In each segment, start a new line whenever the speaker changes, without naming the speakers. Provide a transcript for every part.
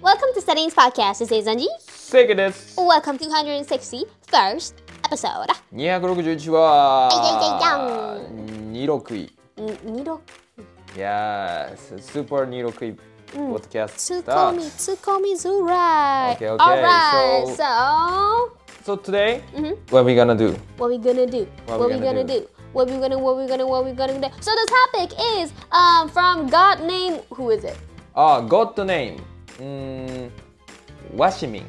Welcome to Studying's Podcast. This is Anji.
正解です。
Welcome to 161st episode.
二百六十一はい
やいや
二六位。
ん26
Yes, super 二六位ポッドキャスタ
Tsukomi,
ー。
Tsukomi Zurai.
Okay, okay,
Alright, so,
so- So today, what we gonna do?
what we gonna do?
What
What
we
we gonna
gonna
do? What we gonna, what we gonna, what we gonna do? So the topic is um, from God name, who is it?
あ、God name。うーん、ワシミン。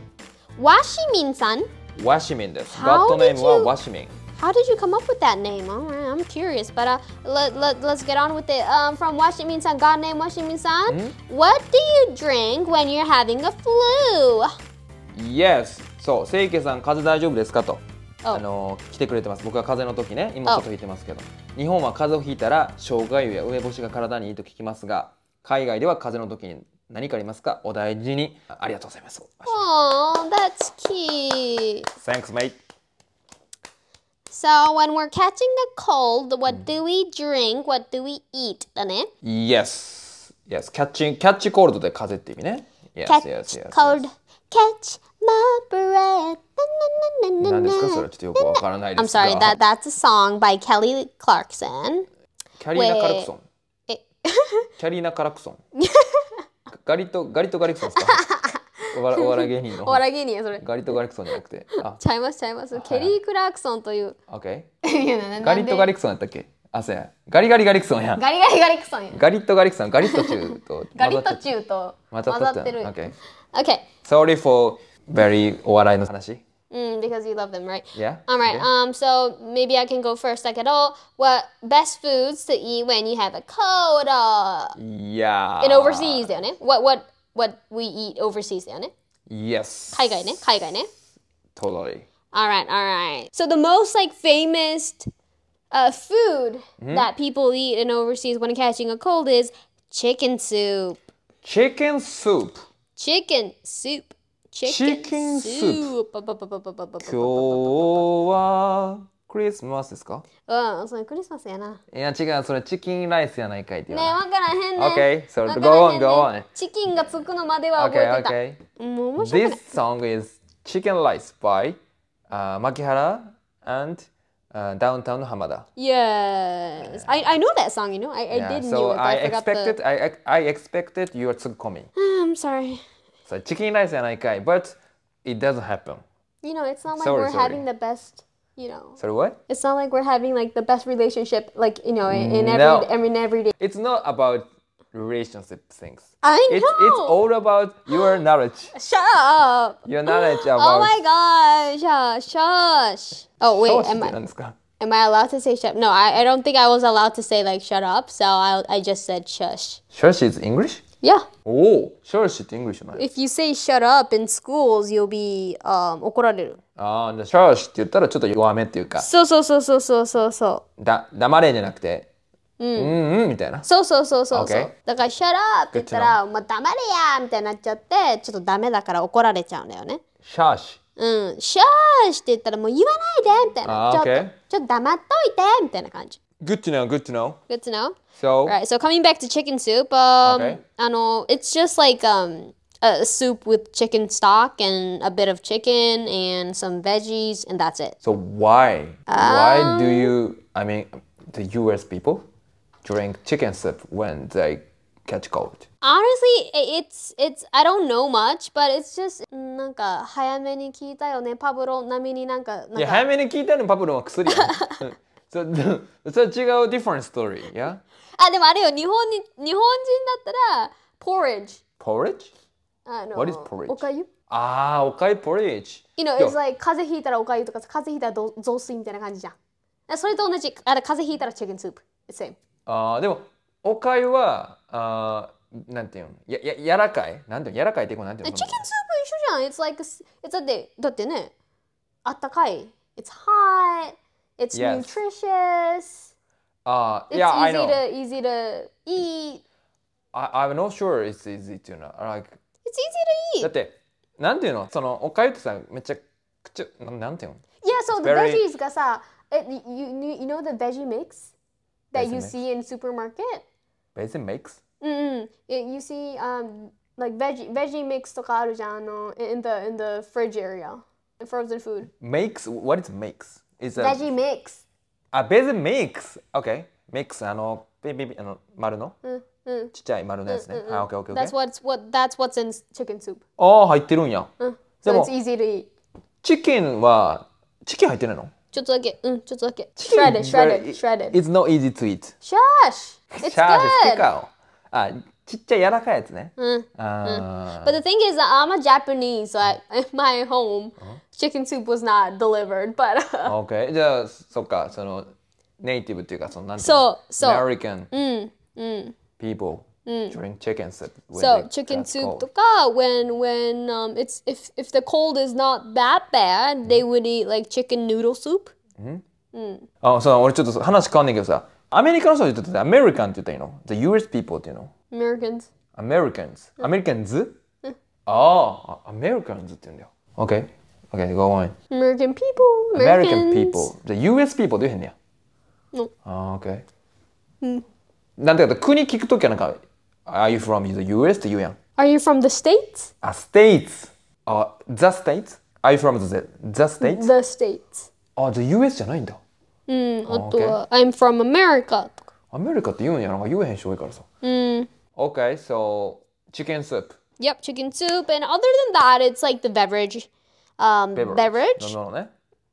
Washimin san.
ワシミンです。
How
God
did
name は
you-
ワシミン。
How did you come up with that name? All right, I'm curious, but uh, let, let, let's get on with it. Um, from Washington san, God name Washington san.
Hmm?
What do you drink when you're having a flu?
Yes。そう、正解さん風邪大丈夫ですかと。
Oh.
あの来てくれてます僕は風邪の時ね今ちょっと引いてますけど、日本は風邪をひいたら生姜湯や梅干しが体にいいと聞きますが海外では風邪の時に何かありますかお大事にあありがとうございます
Oh, that's cute.
Thanks mate
So when we're catching a cold, what do we drink? What do we eat? だね。
Yes Yes キャッチキャッチコールドで風邪って意味ね Yes
Catch
yes yes
cold. Catch my breath. Na, na, na, na,
何ですか
na.
それちょっとよくわからないで
I'm
すが
sorry, that that's a song by Kelly Clarkson.
キャリーナ・カラクソン
え
キャリーナ・カラク ソンガリとガリとガリクソンですかお笑いお笑い芸人の
お笑い芸人やそれ。
ガリとガリクソンじゃなくてあ
ちゃいますちゃいます。ケリー・クラークソンという。
OK
いやな
ガリットガ
リ。
リクソンやったっけあ、そうや。ガリガリガリクソンや。
ガリガリガリクソンや。
ガリットガリクソン、ガリットチューと
ガリ
混ざ
と
っ
チューと混
混ざ
ざ
っと
っ
ってて
る
る。。
Okay.
Okay. Sorry for very お笑いの話。
Mm, because you love them, right?
Yeah.
All right.
Okay.
Um. So maybe I can go first. Like at all, what best foods to eat when you have a cold? Uh,
Yeah.
in overseas だよね。What what what we eat overseas だよね。
Yes.
海外ね。海外ね。
Totally.
All right. All right. So the most like famous uh, food
Mm-hmm.
that people eat in overseas when catching a cold is chicken soup.
Chicken soup.
Chicken soup.
Chicken soup.
soup. ばばばばばばば
今日はクリスマスですか
うん、それクリスマスやな。ね
いや違う、それチキンライスやないかいって
え、
言わ
わからへんねん。
Okay, so
わからへんねん
go on, go on.
チキンがつくのまでは
ない。
覚え
Okay,
てた。
okay.
もう面白く
This
ない。
song is Chicken Rice by、uh, Makihara and、uh, Downtown Hamada.
Yes. I, I know that song, you know. I, I
Yeah,
did
so
knew it, but I,
I
forgot
expected
the...
I I expected your Tsukkomi.
I'm sorry.
So chicken rice and I kai, but it doesn't happen.
You know, it's not like
Sorry,
we're
sorry.
having the best, you know.
So what?
It's not like we're having like the best relationship, like, you know, in, in
No.
every, every, in every day.
It's not about relationship things.
I know.
It's it's all about your knowledge.
Shut up.
Your knowledge
Oh
about
my gosh. Uh, shush. Oh, wait.
sauce
am I...
って何ですか
Am I allowed to say shut? No, I, I don't think I was allowed to say like shut up, so I, I just said shush.
Church is English?
Yeah.
おお、church って English じゃない。
If you say shut up in schools, you'll be um 怒られる。
ああ、じゃあ church って言ったらちょっと弱めっていうか、
そうそうそうそうそうそうそ
だ黙れじゃなくて、うん、うんうんみたいな。
うそうそうそうそうそう。
Okay.
だから shut up って言ったら、まあ黙れやみたいになっちゃって、ちょっとダメだから怒られちゃうんだよね。
church。
うん。shush "Mm, って言ったらもう言わないでみたいな。
あ
ちょ
ー
っと、
Ah, okay.
ちょっと黙っといてみたいな感じ。
Good to know, good to know.
Good to know.
So,
Right. So coming back to chicken soup, um,
Okay.
I know it's just like um a soup with chicken stock and a bit of chicken and some veggies and that's it.
So why why do you I mean the US people drink chicken soup when they catch cold?
Honestly, i- it's it's I don't know much, but it's just なんか早めに聞いたよねパブロ並みになんかなん
いや
か
早めに聞いたのパブロンは 薬やん。そ それ違う different story。Yeah?
あでもあれよ日本に日本人だったら porridge
Porridge?
あの
What is porridge?
おかゆ
ああ、おかゆ porridge。
You know,
いや
it's like 風邪ひいたらおかゆとか風邪ひいたらど雑炊みたいな感じじゃん。あそれと同じあれ風邪ひいたらチキンスープ same
あーでもおかゆはあーなんていうのやや柔らかいなんていうの柔らかいってこうなんていうの
チキンスープ一緒じゃん。It's like, a s- it's だって、だってね、あったかい。It's hot, it's
Yes.
nutritious,
ああ、
it's
yeah, I
easy
know.
to, easy to eat.
I, I'm not sure it's easy to know. Like,
It's easy
だ
to
っ
eat.
てなんていうのそのおかゆってさめっちゃくちゃななんていうの
Yeah, so the
very-
veggies がさ、eh, you, you, you know the veggie mix that
Veggie
you
mix.
see in supermarket?
Basil mix?
うんうん。You you see, um, like veggie veggie mix とかあるじゃんあの in the in the fridge area in frozen food
makes what is makes is a
veggie mix
あ veggie mix okay mix あのピピピあの丸の
うんうん
ちっちゃい丸のやつね、はいオッケーオッケーオッ
that's
ケー
what's what that's what's in chicken soup
ああ入ってるんや
うん so
でも
it's easy to eat
チキンはチキン入ってないの
ちょっとだけうんちょっとだけ shredded shredded
e-,
shredded
It's not easy to eat
shush it's
シャーシ好き
good
かあちっちゃい柔らかいやつね
うん
あ
But the thing is, I'm a Japanese, so I, in my home,
Uh-huh.
chicken soup was not delivered. But uh,
ー OK じゃあそっかそのネイティブっていうかそのなんてい
そうそう
American people drink chicken soup when
so
they
chicken
get
soup,
cold.
とか when when um it's if if the cold is not that bad,
Mm.
they would eat like chicken noodle soup.
あそう俺ちょっと話変わんねんけどさアメリカの人って言ってたアメリカンって言ったらいいの The US people っていうの
Americans.
Americans Americans? ああ Americans って言うんだよ OK OK go on
American people.
American
Americans.
people The US people 아, って言えへんねや
うん
ああ OK なんていうか国聞くときはなんか Are you from the US? って言うやん
Are you from the States?
あ States あ The States? Are you from the, the States? Oh,
The States.
あ The US じゃないんだ
うんあとは I'm from America. とか
アメリカって言うんやなんか言えへん人多いからさ
うん
OK so chicken soup
Yep, chicken soup. And other than that, it's like the beverage. Um, beverage.
飲み物ね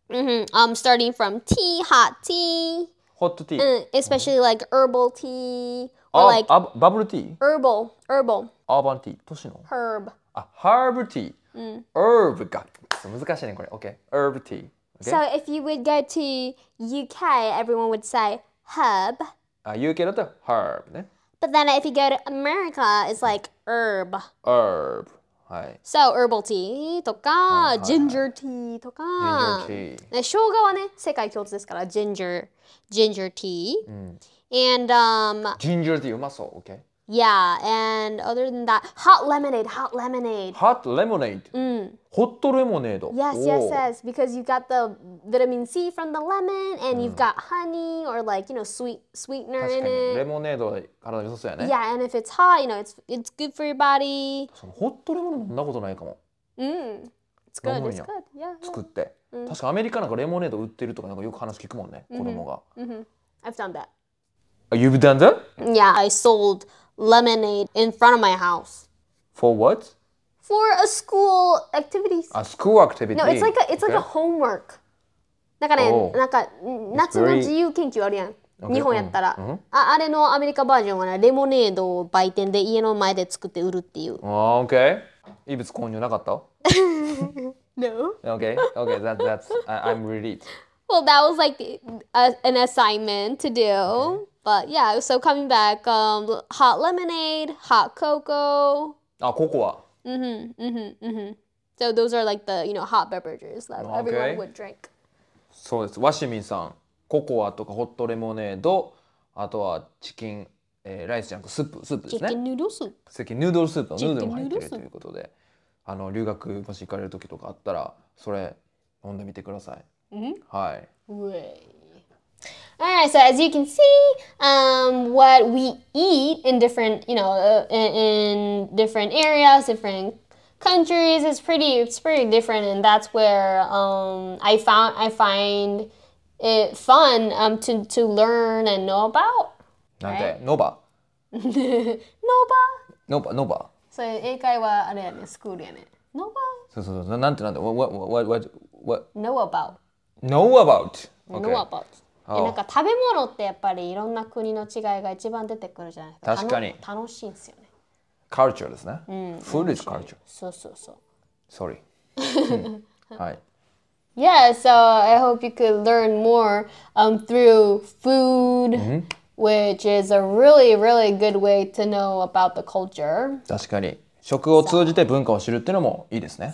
hmm Um, starting from tea, hot tea,
ホットティー、
mm, especially
Mm-hmm.
like herbal tea
あ
or like
あバブルティー
herbal, herbal,
アーバンティー都市の
herb.
あハーブティー、うん、ヘーブか難しいねこれ OK ヘーブティー、OK
So if you would go to UK, everyone would say herb.
あ UK だとハーブね
But then if you go to America, it's
Hmm.
like herb.
ハーブはい
So herbal tea とか、ginger tea とか。
Oh, Ginger tea
ね、生姜はね、世界共通ですから、ginger, ginger tea.
Hmm.
And um,
ジンジャーティーうまそう OK
yeah, and other than that, hot lemonade, hot lemonade.
ハットレモネード、ホットレモネード
Yes,
おー
yes, yes. Because you got the vitamin C from the lemon, and you've
Hmm.
got honey or like you know sweet sweetener
確
in
かに
it.
レモネードは体良さそうやね
Yeah, and if it's hot, you know it's it's good for your body.
そのホットレモネード飲んだことないかも
Mm. It's good. It's
Lemonia.
good. Yeah. yeah.
作って、確かアメリカなんかレモネード売ってるとかなんかよく話聞くもんね、子供が、
I've done that.
あ You've done that?
Yeah, I sold lemonade in front of my house
For what?
for a school activities.
あ school activity
No, it's like a it's like a
Ah, Okay.
homework. なんかね、
Oh.
なんか夏の
very- mm. Mm-hmm.
自由研究あるやん。日本やったら、
うんうん
あ。あれのアメリカバージョンはね、レモネードを売店で家の前で作って売るっていう。
あー OK 異物混入なかった
No?
?OK OK that, that's I, I'm relieved
Well, that was like the, a, an assignment to do. But yeah, so coming back, um, hot lemonade, hot cocoa.
あココア
So those are like the, you know, hot beverages that everyone
Okay.
would drink.
そうですワシミンさんココアとかホットレモネードあとはチキン、えーライスじゃなくてスープスープです
Chicken
ね
noodle soup.
チキンヌードルスープのヌ
チキン
ードルも入って
ヌードル
ると
スープ
いうことであの留学もし行かれる時とかあったらそれ飲んでみてください、はい
Way. All right, so as you can see, um, what we eat in different, you know, uh, in, in different areas, different countries is pretty, it's pretty different, and that's where um, I found I find it fun um, to to learn and know about.
なんで、ノバ
Nova.
ノバノバ
So 英会話あれやね、スクールやね。Nova.
そうそうそうななんてなんて what, what, what, what,
Know about.
know about
know about. えなんか食べ物ってやっぱりいろんな国の違いが一番出てくるじゃないですか。
確かに
楽楽しいんですよね。
culture ですね、food is culture
そうそうそう。
sorry うんはい
Yeah, so I hope you could learn more um, through food,
Mm-hmm.
which is a really, really good way to know about the culture.
確かに食を通じて文化を知るっていうのもいいですね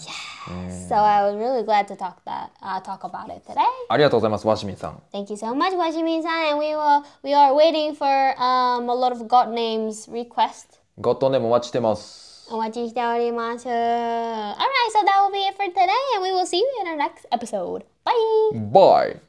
So I was really glad to talk that uh, talk about it today.
ありがとうございますワシミンさん
Thank you so much, Wajimin-san, and we will we are waiting for um, a lot of god names requests.
ゴットンでもお待ちしてます
お待ちしております。Alright, so that will be it for today, and we will see you in our next episode. Bye!
バイ